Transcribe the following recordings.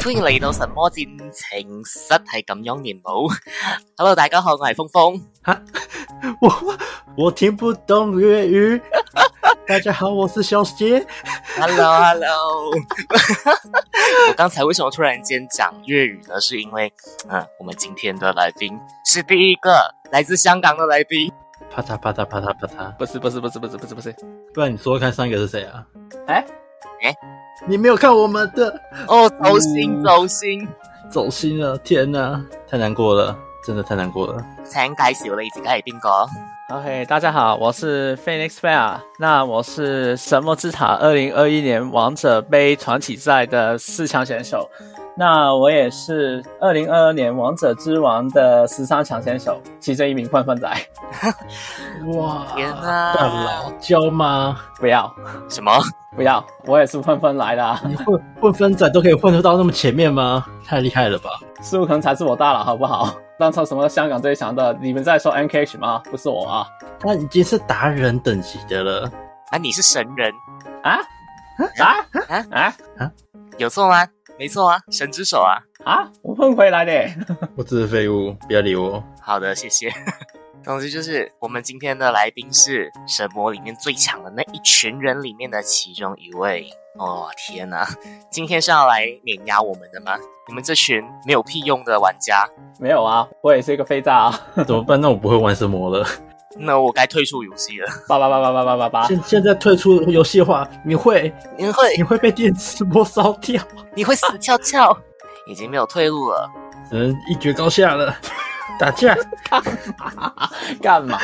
歡迎嚟到神魔戰情室係咁樣練武。Hello，大家好，我係峰峰。我我听不懂粤语。 大家好，我是小杰。 Hello，Hello 我刚才为什么突然间讲粤语呢？是因为，嗯、我们今天的来宾是第一个来自香港的来宾，啪嗒啪嗒啪嗒啪嗒，不是不是不是不是不是不是，不然你说看上一个是谁啊？哎哎，你没有看我们的哦，走心嗯走心，走心了，天哪，太难过了，真的太难过了。请介绍你自己系边个？ OK，大家好，我是 Phoenix Fair，那我是神魔之塔二零二一年王者杯传奇赛的四强选手，那我也是二零二二年王者之王的十三强选手，其中一名混混仔。哇，天哪大佬教吗？不要什么？不要，我也是混混来的啊，你混混分仔都可以混得到那么前面吗？太厉害了吧！苏恒才是我大佬，好不好？当初什么香港最强的，你们在说 NKH 吗？不是我啊那已经是达人等级的了。啊，你是神人，啊啊啊啊有错吗？没错啊，神之手啊。啊！我混回来的。我只是废物，不要理我。好的，谢谢。 总之就是，我们今天的来宾是神魔里面最强的那一群人里面的其中一位。哦，天哪！ 今天是要来碾压我们的吗？你们这群没有屁用的玩家，没有啊，我也是一个废渣啊！ 怎么办？那我不会玩神魔了。那我该退出游戏了。叭叭叭叭叭叭叭叭，现现在退出游戏化，你会 你会你会被电磁波烧掉，你会死翘翘， 已经没有退路了。只能一决高下了。 打架，干嘛？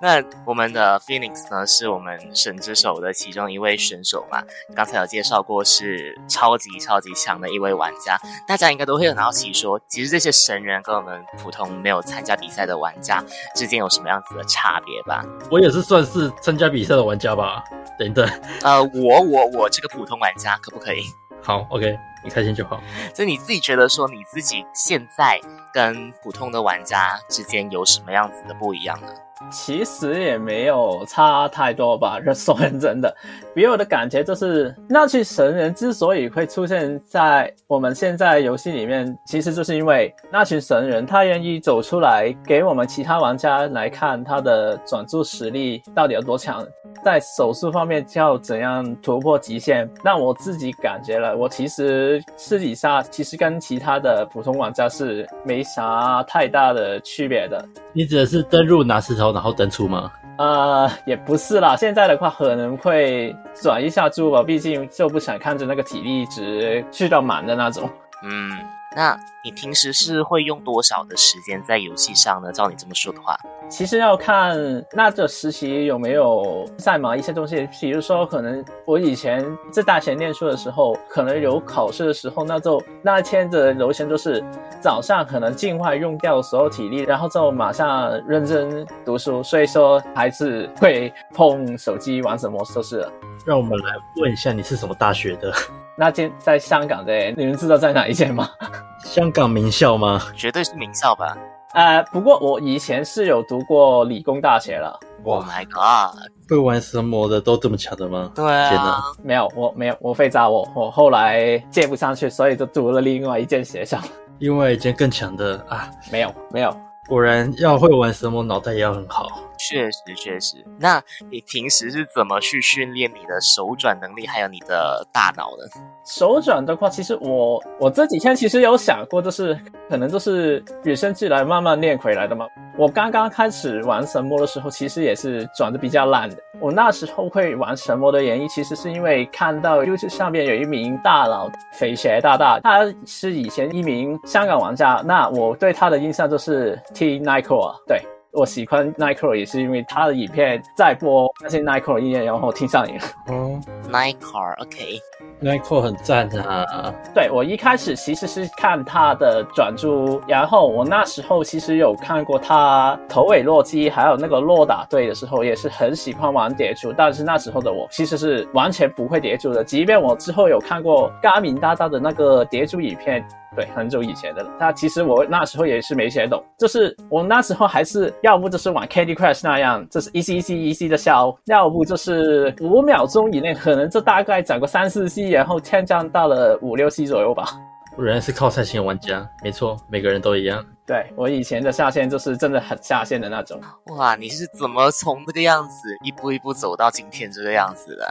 那我们的 Phoenix 呢，是我们神之手的其中一位选手嘛。刚才有介绍过，是超级超级强的一位玩家。大家应该都会很好奇说，其实这些神人跟我们普通没有参加比赛的玩家之间有什么样子的差别吧？我也是算是参加比赛的玩家吧。等等，呃，我我我这个普通玩家可不可以？ 好，OK，你开心就好。就你自己觉得说，你自己现在跟普通的玩家之间有什么样子的不一样呢？其实也没有差太多吧。 说认真的，给我的感觉就是，那群神人之所以会出现在我们现在游戏里面，其实就是因为 那群神人他愿意走出来，给我们其他玩家来看他的转注实力到底有多强。在手术方面要怎样突破极限？那我自己感觉了，我其实私底下其实跟其他的普通玩家是没啥太大的区别的。你指的是登入拿石头然后登出吗？呃，也不是啦，现在的话可能会转一下注吧，毕竟就不想看着那个体力值去到满的那种。嗯，那你平时是会用多少的时间在游戏上呢？照你这么说的话，其实要看那这实习有没有在忙一些东西，比如说可能我以前在大学念书的时候，可能有考试的时候，那就那天的流程就是早上可能尽快用掉所有体力，然后就马上认真读书，所以说还是会碰手机玩什么就是了。让我们来问一下，你是什么大学的？那间在香港的，你们知道在哪一间吗？ 香港名校吗？绝对是名校吧呃，不过我以前是有读过理工大学了， ？Oh my god！会玩神魔的都这么强的吗？对天啊哪，没有，我没有，我废渣，我我后来借不上去，所以就读了另外一间学校。 另外一件更强的啊，没有，没有，果然要会玩神魔，脑袋也要很好。确实确实。那你平时是怎么去训练你的手转能力，还有你的大脑呢？手转的话，其实我我这几天其实有想过，就是可能就是与生俱来慢慢练回来的嘛。我刚刚开始玩神魔的时候，其实也是转的比较烂的。我那时候会玩神魔的原因，其实是因为看到 YouTube 上面有一名大佬肥学大大，他是以前一名香港玩家，那我对他的印象就是 T Nightcore，对。我喜欢 Nightcore 也是因为他的影片在播那些 Nightcore 音乐，然后听上瘾。哦 n i k e r OK， n i c o 很赞啊！对我一开始其实是看他的转注，然后我那时候其实有看过他头尾洛基，还有那个洛打队的时候，也是很喜欢玩叠珠，但是那时候的我其实呃是完全不会叠珠的，即便我之后有看过嘎明大大的那个叠珠影片。对，很久以前的了。那其实我那时候也是没写懂，就是我那时候还是要不就是玩 Candy Crush 那样，就是一 c 一 c 一 c 的消，要不就是五秒钟以内，可能就大概整个三四 c，然后天降到了五六 c 左右吧。我仍然是靠下线玩家，没错，每个人都一样。对我以前的下线就是真的很下线的那种。哇，你是怎么从这个样子一步一步走到今天这个样子的？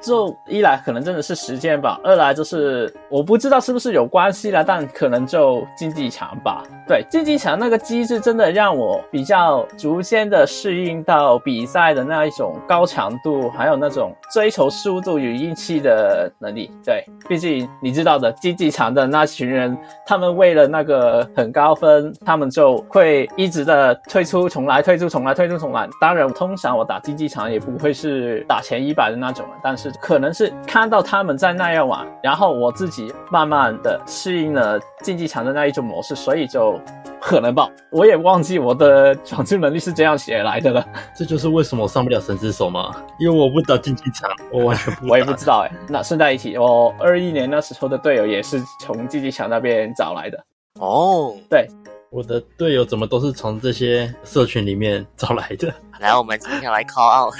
就一来可能真的是时间吧，二来就是我不知道是不是有关系啦，但可能就竞技场吧。对，竞技场那个机制真的让我比较逐渐的适应到比赛的那一种高强度，还有那种追求速度与运气的能力。对，毕竟你知道的，竞技场的那群人，他们为了那个很高分，他们就会一直的退出重来，退出重来，退出重来。当然，通常我打竞技场也不会是打前一百的那种人，但是。可能是看到他们在那样玩，然后我自己慢慢的适应了竞技场的那一种模式，所以就可能吧，我也忘记我的闯出能力是这样写来的了，这就是为什么我上不了神之手嘛，因为我不打竞技场，我完全不 我也不知道哎。那顺带一提，我二一年那时候的队友也是从竞技场那边找来的，哦，对，我的队友怎么都是从这些社群里面找来的， 来，我们今天来 call out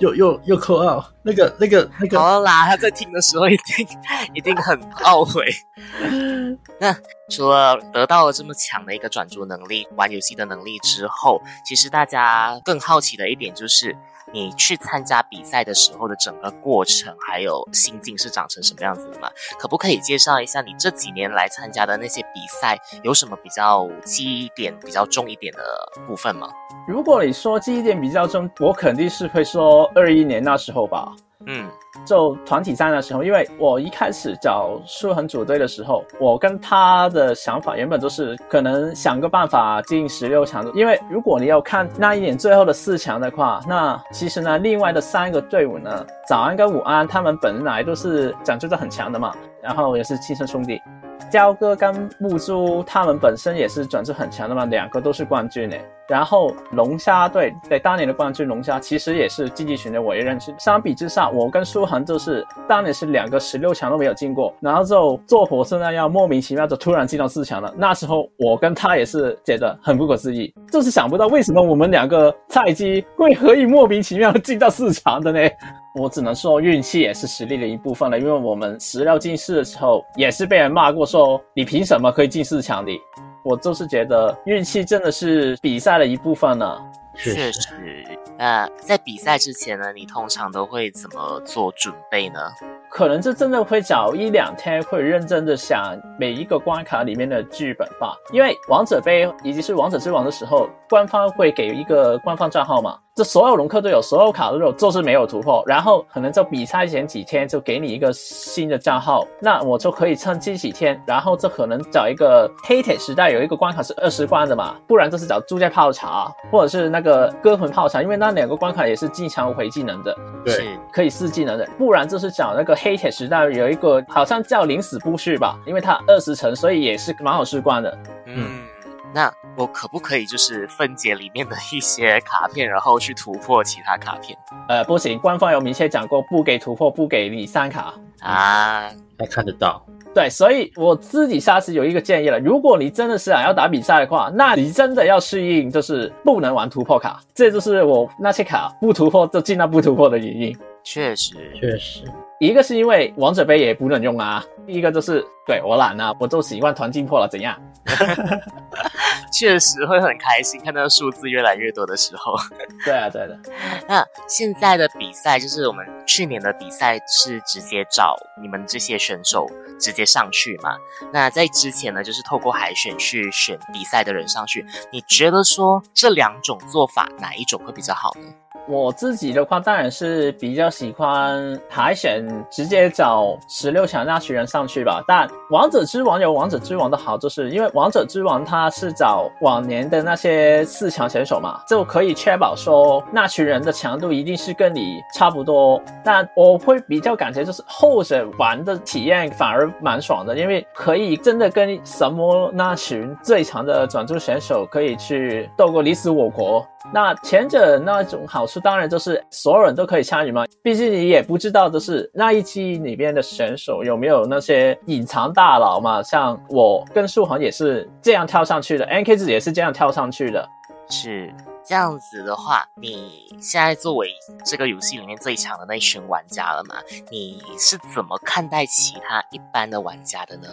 又又又扣二，那个那个那个，好啦，他在听的时候一定一定很懊悔。那除了得到了这么强的一个转注能力、玩游戏的能力之后，其实大家更好奇的一点就是，你去参加比赛的时候的整个过程，还有心境是长成什么样子的嘛？可不可以介绍一下你这几年来参加的那些比赛，有什么比较记忆点比较重一点的部分吗？如果你说记忆点比较重，我肯定是会说二一年那时候吧，嗯，就团体赛的时候，因为我一开始找舒恒组队的时候，我跟他的想法原本就是可能想个办法进十六强，因为如果你要看那一年最后的四强的话，那其实呢，另外的三个队伍呢，早安跟午安他们本来都是讲究的很强的嘛，然后也是亲生兄弟。焦哥跟木珠他们本身也是转制很强的嘛，两个都是冠军呢。然后龙虾队对当年的冠军龙虾，其实也是竞技群的，我也认识。相比之下，我跟舒涵就是当年是两个十六强都没有进过，然后就坐火车那样莫名其妙就突然进到四强了。那时候我跟他也是觉得很不可思议，就是想不到为什么我们两个菜鸡会可以莫名其妙地进到四强的呢？我只能说运气也是实力的一部分了，因为我们十六进四的时候也是被人骂过说，你凭什么可以进四强的？我就是觉得运气真的是比赛的一部分呢。确实。那在比赛之前呢，你通常都会怎么做准备呢？可能这真的会找一两天，会认真的想每一个关卡里面的剧本吧。因为王者杯以及是王者之王的时候，官方会给一个官方账号嘛，这所有龙客都有，所有卡都有，就是没有突破。然后可能在比赛前几天就给你一个新的账号，那我就可以趁这几天，然后这可能找一个黑铁时代有一个关卡是二十关的嘛，不然就是找猪在泡茶，或者是那个歌魂泡茶，因为那两个关卡也是经常回技能的。对是可以四技能的，不然就是找那个黑铁时代有一个好像叫临死不续吧，因为它二十层，所以也是蛮好试关的。嗯，那我可不可以就是分解里面的一些卡片，然后去突破其他卡片呃，不行，官方有明确讲过，不给突破，不给你三卡。啊？他看得到，对，所以我自己下次有一个建议了，如果你真的是想要打比赛的话，那你真的要适应，就是不能玩突破卡，这就是我那些卡不突破就尽量不突破的原因。确实，确实，一个是因为王者杯也不能用啊，一个就是对我懒啊，我都习惯团进破了，怎样？确实会很开心，看到数字越来越多的时候。对啊，对的。那现在的比赛就是我们去年的比赛是直接找你们这些选手直接上去嘛？那在之前呢，就是透过海选去选比赛的人上去。你觉得说这两种做法哪一种会比较好呢？我自己的话，当然是比较喜欢海选，直接找十六强那群人上去吧。但王者之王有王者之王的好，就是因为王者之王它是找往年的那些四强选手嘛，就可以确保说那群人的强度一定是跟你差不多。但我会比较感觉就是后者玩的体验反而蛮爽的，因为可以真的跟什么那群最强的转注选手可以去斗个你死我活，那前者那种好处当然就是所有人都可以参与嘛，毕竟你也不知道就是那一期里面的选手有没有那些隐藏大佬嘛，像我跟树恒也是这样跳上去的，NK 自己也是这样跳上去的。是这样子的话，你现在作为这个游戏里面最强的那一群玩家了嘛，你是怎么看待其他一般的玩家的呢？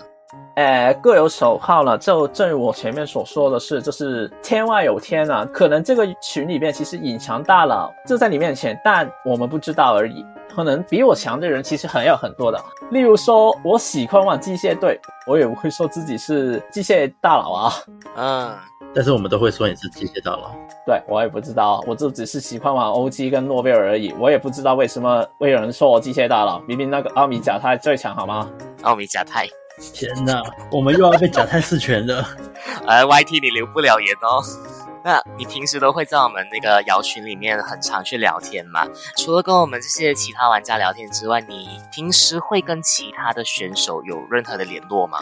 呃，各有所好了。就正如我前面所说的是，就是天外有天啊。可能这个群里面其实隐藏大佬就在你面前，但我们不知道而已。可能比我强的人其实还有很多的。例如说，我喜欢玩机械队，我也不会说自己是机械大佬啊。嗯，但是我们都会说你是机械大佬。对我也不知道，我就只是喜欢玩 OG 跟诺贝尔而已。我也不知道为什么会有人说我机械大佬，明明那个奥米甲他最强好吗？奥米加泰，天哪，我们又要被假太四拳了。 呃，YT 你留不了言哦。 那你平时都会在我们那个摇群里面很常去聊天嘛？除了跟我们这些其他玩家聊天之外，你平时会跟其他的选手有任何的联络吗？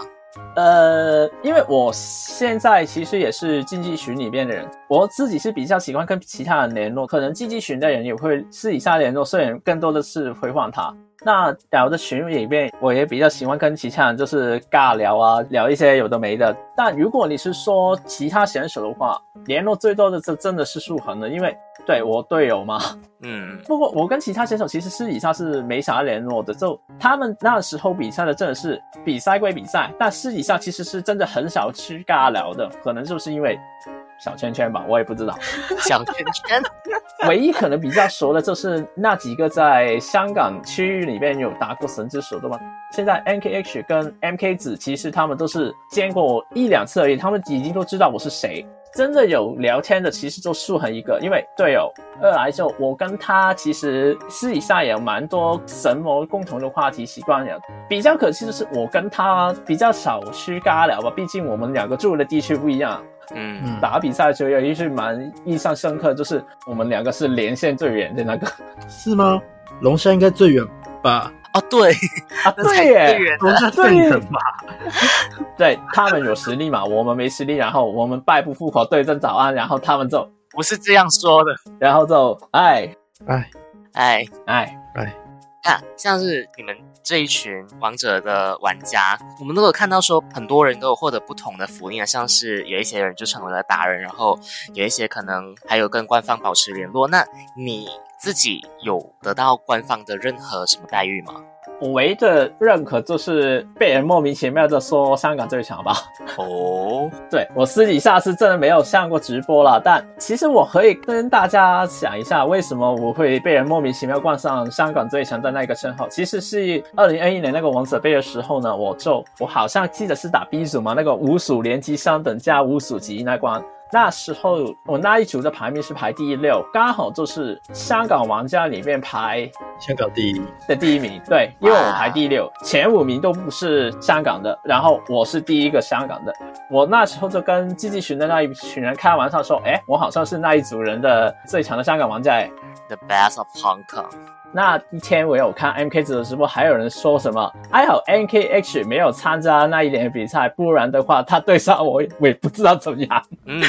呃，因为我现在其实也是竞技群里面的人，我自己是比较喜欢跟其他人联络，可能竞技群的人也会私底下联络，虽然更多的是回访他。那聊的群里面，我也比较喜欢跟其他人就是尬聊啊，聊一些有的没的。但如果你是说其他选手的话，联络最多的这真的是树恒了，因为对我队友嘛，嗯，不过我跟其他选手其实私底下是没啥联络的，就他们那时候比赛的真的是比赛归比赛，但私底下其实是真的很少去尬聊的，可能就是因为小圈圈吧，我也不知道。小圈 圈，唯一可能比较熟的就是那几个在香港区域里面有打过神之手的嘛。现在 NKH 跟 MK 子其实他们都是见过我一两次而已，他们已经都知道我是谁。真的有聊天的，其实就树恒一个，因为队友。二来就我跟他其实私底下也有蛮多神魔共同的话题习惯了。比较可惜的是，我跟他比较少去尬聊吧，毕竟我们两个住的地区不一样。嗯，打比赛的时候有一句蛮印象深刻，就是我们两个是连线最远的那个嗯是吗？龙虾应该最远吧？哦，对，啊，那才对 耶，远龙虾最远吧？对他们有实力嘛，我们没实力，然后我们败不复活，对阵早安，然后他们就，不是这样说的。然后就，哎 哎，哎，哎，那啊像是你们这一群王者的玩家，我们都有看到说，很多人都有获得不同的福利啊，像是有一些人就成为了达人，然后有一些可能还有跟官方保持联络。那你自己有得到官方的任何什么待遇吗？我唯一的认可就是被人莫名其妙的说香港最强吧。哦，对我私底下是真的没有上过直播啦，但其实我可以跟大家讲一下，为什么我会被人莫名其妙冠上香港最强的那个称号。其实是二零二一年那个王者杯的时候呢，我就我好像记得是打 B 组嘛，那个五属连击三等加五属级那关。那时候我那一组的排名是排第六，刚好就是香港玩家里面排香港第一，的第一名，对，因为我排第六，前五名都不是香港的，然后我是第一个香港的。我那时候就跟季季群的那一群人开玩笑说，哎，我好像是那一组人的最强的香港玩家。哎， The best of Hong Kong，那一天我有看 MK 子的直播，还有人说什么，哎还好 NKH 没有参加那一年的比赛，不然的话他对上我，我也不知道怎么样。 嗯，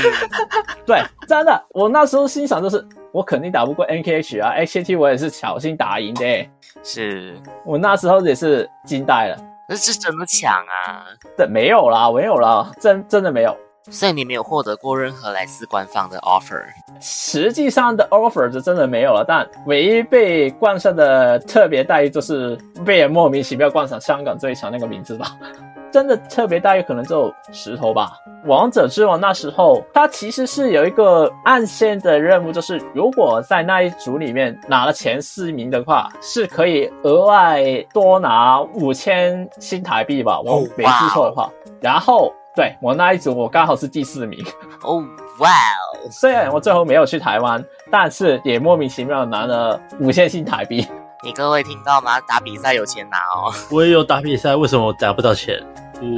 对，真的，我那时候心想就是，我肯定打不过 NKH 啊，HT 我也是侥幸打赢的。哎是，我那时候也是惊呆了。那是真的强啊！这没有啦，没有啦，真真的没有。所以你没有获得过任何来自官方的 offer。实际上的 offer 就真的没有了，但唯一被冠上的特别待遇就是被人莫名其妙冠上香港最强那个名字吧。 真的特别待遇可能就石头吧。王者之王那时候，它其实是有一个暗线的任务，就是如果在那一组里面拿了前四名的话，是可以额外多拿五千新台币吧，我没记错的话。然后对我那一组，我刚好是第四名。哦，哇哦，虽然我最后没有去台湾，但是也莫名其妙拿了五千新台币。 你各位听到吗？打比赛有钱拿哦。我也有打 比赛，为什么我打不到钱？呜、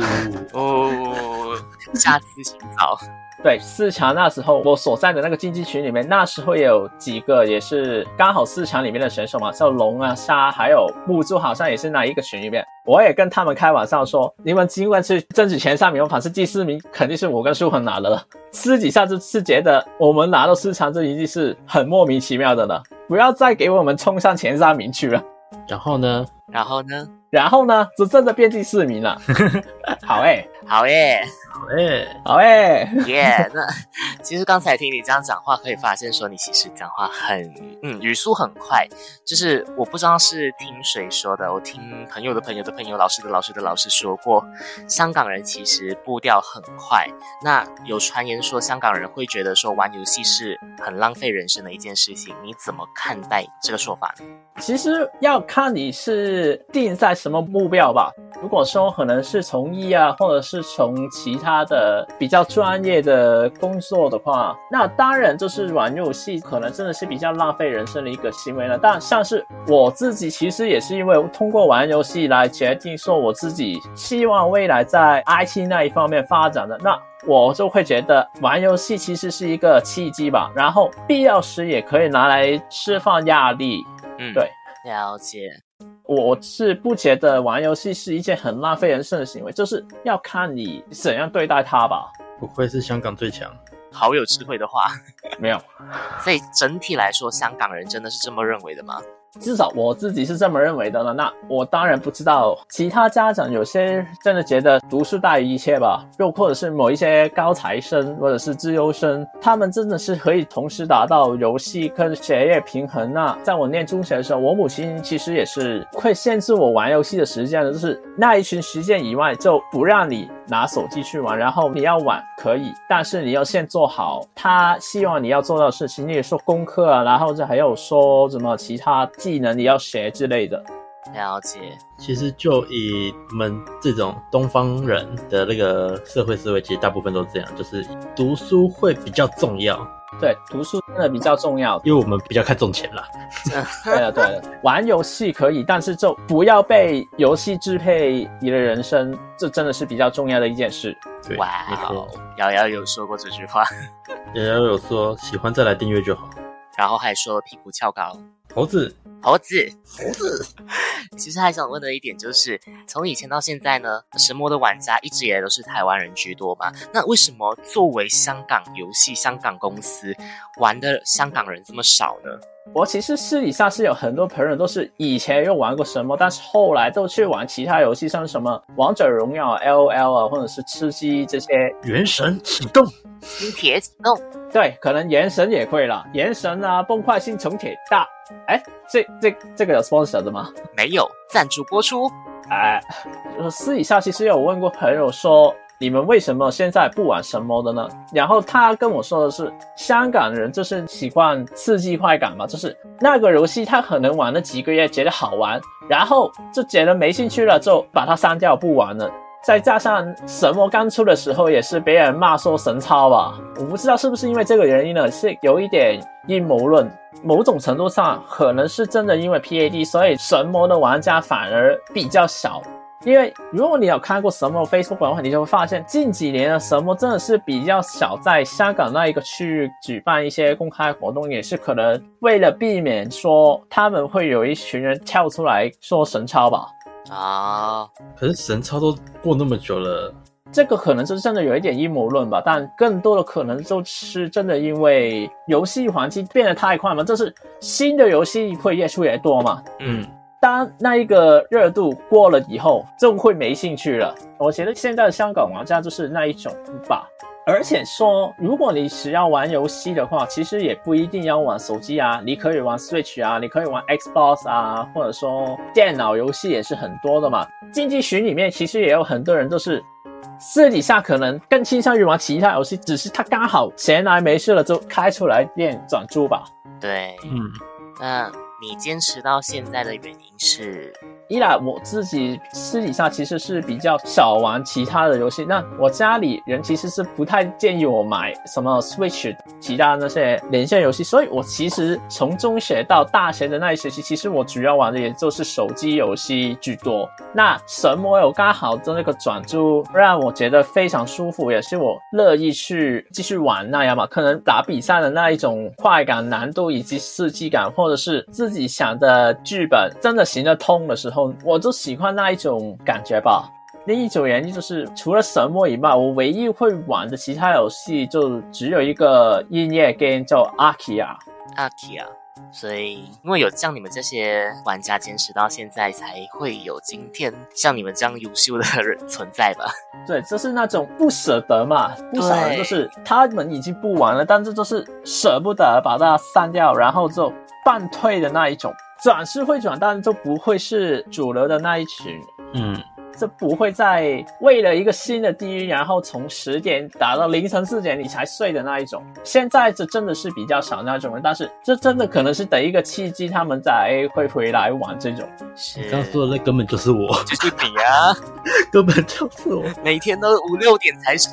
哦，下次请早。对，四强那时候我所在的那个竞技群里面，那时候也有几个也是刚好四强里面的选手嘛，像龙啊、沙还有木珠，好像也是那一个群里面。我也跟他们开玩笑说，你们尽管去争取前三名，反正第四名肯定是我跟舒恒拿的了。私底下就是觉得我们拿到四强这一定是很莫名其妙的了，不要再给我们冲上前三名去了。然后呢？然后呢？然后呢，真正的变第四名了。 好哎、好耶，哎，好哎、耶、那其实刚才听你这样讲话，可以发现说你其实讲话很，嗯，语速很快。就是我不知道是听谁说的，我听朋友的朋友的朋友、老师的老师的老师说过，香港人其实步调很快。那有传言说香港人会觉得说玩游戏是很浪费人生的一件事情，你怎么看待这个说法呢？其实要看你是定在什么目标吧。如果说可能是从医啊，或者是从其他的比较专业的工作的话，那当然就是玩游戏，可能真的是比较浪费人生的一个行为了。但像是我自己，其实也是因为通过玩游戏来决定说我自己希望未来在 IT 那一方面发展的。那我就会觉得玩游戏其实是一个契机吧，然后必要时也可以拿来释放压力，嗯，对，了解。我是不觉得玩游戏是一件很浪费人生的行为，就是要看你怎样对待它吧。不愧是香港最强。好有智慧的话，没有，所以整体来说，香港人真的是这么认为的吗？至少我自己是这么认为的了。那我当然不知道其他家长，有些真的觉得读书大于一切吧，又或者是某一些高材生或者是资优生，他们真的是可以同时达到游戏跟学业平衡。那在我念中学的时候，我母亲其实也是会限制我玩游戏的时间的，就是那一群时间以外就不让你拿手机去玩，然后你要玩可以，但是你要先做好他希望你要做到的事情，例如说功课啊，然后这还有说什么其他技能你要学之类的。了解，其实就以我们这种东方人的那个社会思维，其实大部分都这样，就是读书会比较重要，对，读书真的比较重要。因为我们比较看重钱啦。对了对了，玩游戏可以，但是就不要被游戏支配你的人生，这真的是比较重要的一件事。对，哇哦没错。瑶瑶有说过这句话，哦也要有说喜欢再来订阅就好。然后还说屁股翘高。猴子，猴子，猴子。 其实还想问的一点就是，从以前到现在呢，神魔的玩家一直以来都是台湾人居多嘛。那为什么作为香港游戏、香港公司玩的香港人这么少呢？我其实私底下是有很多朋友都是以前又玩过什么，但是后来都去玩其他游戏，像什么王者荣耀、啊、L O L 啊，或者是吃鸡这些。元神启动，金铁启动，对，可能原神也会了，原神啊，崩坏性重铁大。哎，这这这个有 sponsor 的吗？没有赞助播出，哎，我私底下其实有问过朋友说，你们为什么现在不玩神魔的呢？然后他跟我说的是，香港人就是喜欢刺激快感嘛，就是那个游戏他可能玩了几个月觉得好玩，然后就觉得没兴趣了，就把它删掉不玩了。再加上神魔刚出的时候，也是被人骂说神抄吧，我不知道是不是因为这个原因呢，是有一点阴谋论。某种程度上，可能是真的因为 PAD，所以神魔的玩家反而比较少。因为如果你有看过神魔 Facebook 的话，你就会发现近几年的神魔真的是比较少在香港那一个区域举办一些公开活动，也是可能为了避免说他们会有一群人跳出来说神抄吧。啊、可是神操都过那么久了，这个可能是真的有一点阴谋论吧，但更多的可能就是真的因为游戏环境变得太快嘛，就是新的游戏会越出越多嘛。嗯，当那一个热度过了以后，就会没兴趣了。我觉得现在的香港玩家就是那一种吧。而且说，如果你只要玩游戏的话，其实也不一定要玩手机啊，你可以玩 Switch 啊，你可以玩 Xbox 啊，或者说电脑游戏也是很多的嘛。竞技群里面其实也有很多人都是私底下可能更倾向于玩其他游戏，只是他刚好闲来没事了就开出来练转珠吧。对，嗯，那你坚持到现在的原因是一来我自己私底下其实是比较少玩其他的游戏，那我家里人其实是不太建议我买什么 Switch 其他那些连线游戏，所以我其实从中学到大学的那一学期，其实我主要玩的也就是手机游戏居多。那神魔有刚好的那个转注，让我觉得非常舒服，也是我乐意去继续玩那样嘛。可能打比赛的那一种快感、难度以及刺激感，或者是自己想的剧本真的行得通的时候，我就喜欢那一种感觉吧。另一种原因就是，除了神魔以外，我唯一会玩的其他游戏就只有一个音乐 game 叫 Akia。阿 k 啊，所以因为有像你们这些玩家坚持到现在，才会有今天像你们这样优秀的人存在 吧？对，就是那种不舍得嘛，不少人就是他们已经不玩了，但是就是舍不得把它删掉，然后就半退的那一种。转是会转，但就不会是主流的那一群，嗯，这不会在为了一个新的地域，然后从十点打到凌晨四点你才睡的那一种。现在这真的是比较少那种人，但是这真的可能是等一个契机，他们才会回来玩这种。是，刚说的那根本就是我， 就是你啊，根本就是我，每天都五六点才睡，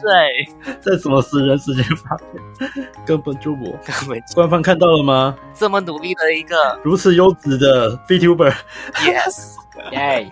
在什么时人时间发现，根本就我。根本就官方看到了吗？这么努力的一 个如此优质的 VTuber， yes。耶、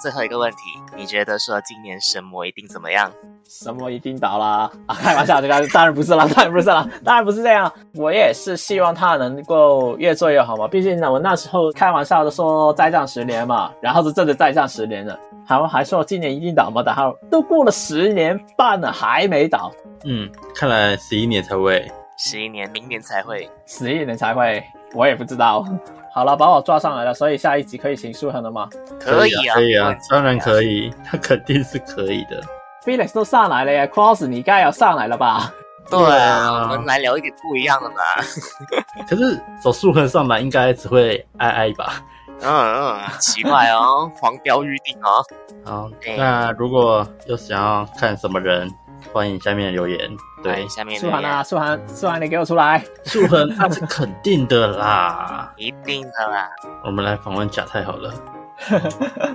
最后一个问题，你觉得说今年神魔一定怎么样？什么一定倒啦？啊，开玩笑，这个当然不是啦， 当然不是啦，当然不是这样。我也是希望他能够越做越好嘛。毕竟呢，我那时候开玩笑的说再战十年嘛，然后就真的再战十年了。然后还说今年一定倒嘛，然后都过了十年半了还没倒，嗯，看来十一年才会。十一年，明年才会。十一年才会，我也不知道。 好了，把我抓上来了，所以下一集可以请舒恒了吗可以啊，可以啊，当然以。可以，他肯定是可以的。 ？Felix 都上来了耶，Cross 你该要上来了吧？对对啊，啊我们来聊一点不一样的嘛。可是手术痕上来应该只会哀哀吧？嗯嗯， 奇怪哦，黄标预定哦。好，对那如果有想要看什么人，欢迎下面留言。对来，哎下面舒留涵言啊，舒涵，舒涵你给我出来！术痕那是肯定的啦。 一定的啦。我们来访问贾太好了。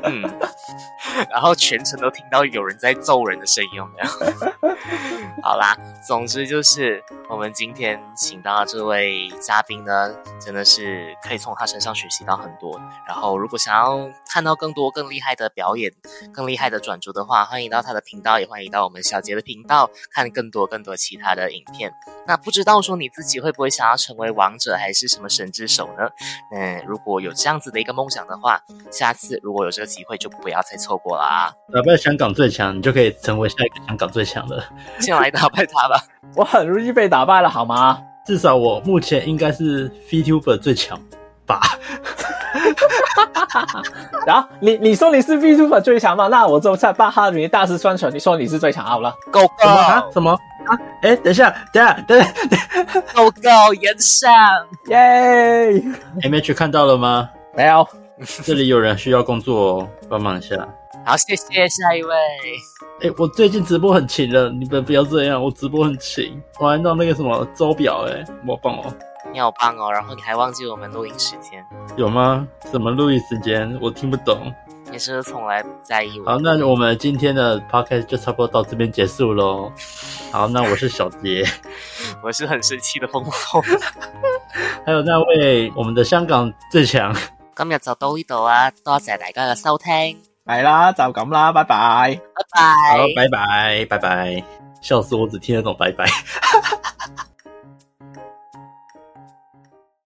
嗯， 然后全程都听到有人在揍人的声音，有没有？好啦，总之就是我们今天请到这位嘉宾呢，真的是可以从他身上学习到很多。然后，如果想要看到更多更厉害的表演、更厉害的转注的话，欢迎到他的频道，也欢迎到我们小杰的频道看更多更多其他的影片。那不知道说你自己会不会想要成为王者还是什么神之手呢？嗯，如果有这样子的一个梦想的话，下次如果有这个机会，就不要再错过了啊！打败香港最强，你就可以成为下一个香港最强的。先来打败他 吧。我很容易被打败了，好吗？至少我目前应该是 VTuber 最强吧？然后你你说你是 v t u b e 最强嘛？那我就在巴哈里大肆宣传，你说你是最强好了。狗什么啊？狗，什么啊？哎，等一下，等一下，等一下 狗狗，延上。耶、 ，M H 看到了吗？没有，这里有人需要工作哦，帮忙一下。好，谢谢下一位。哎、我最近直播很勤了，你们不要这样，我直播很勤，我还弄那个什么周表、欸，哎，我棒哦，你好棒哦！然后你还忘记我们录音时间，有吗？什么录音时间我听不懂。也是从来不在意我。好，那我们今天的 podcast 就差不多到这边结束喽。好，那我是小杰， 我是很生气的峰峰。还有那位我们的香港最强， 今日就到呢度啊，多謝大家嘅收聽，系啦，就咁啦，拜拜。拜拜好，。拜拜，拜拜，笑死我，只听得懂拜拜。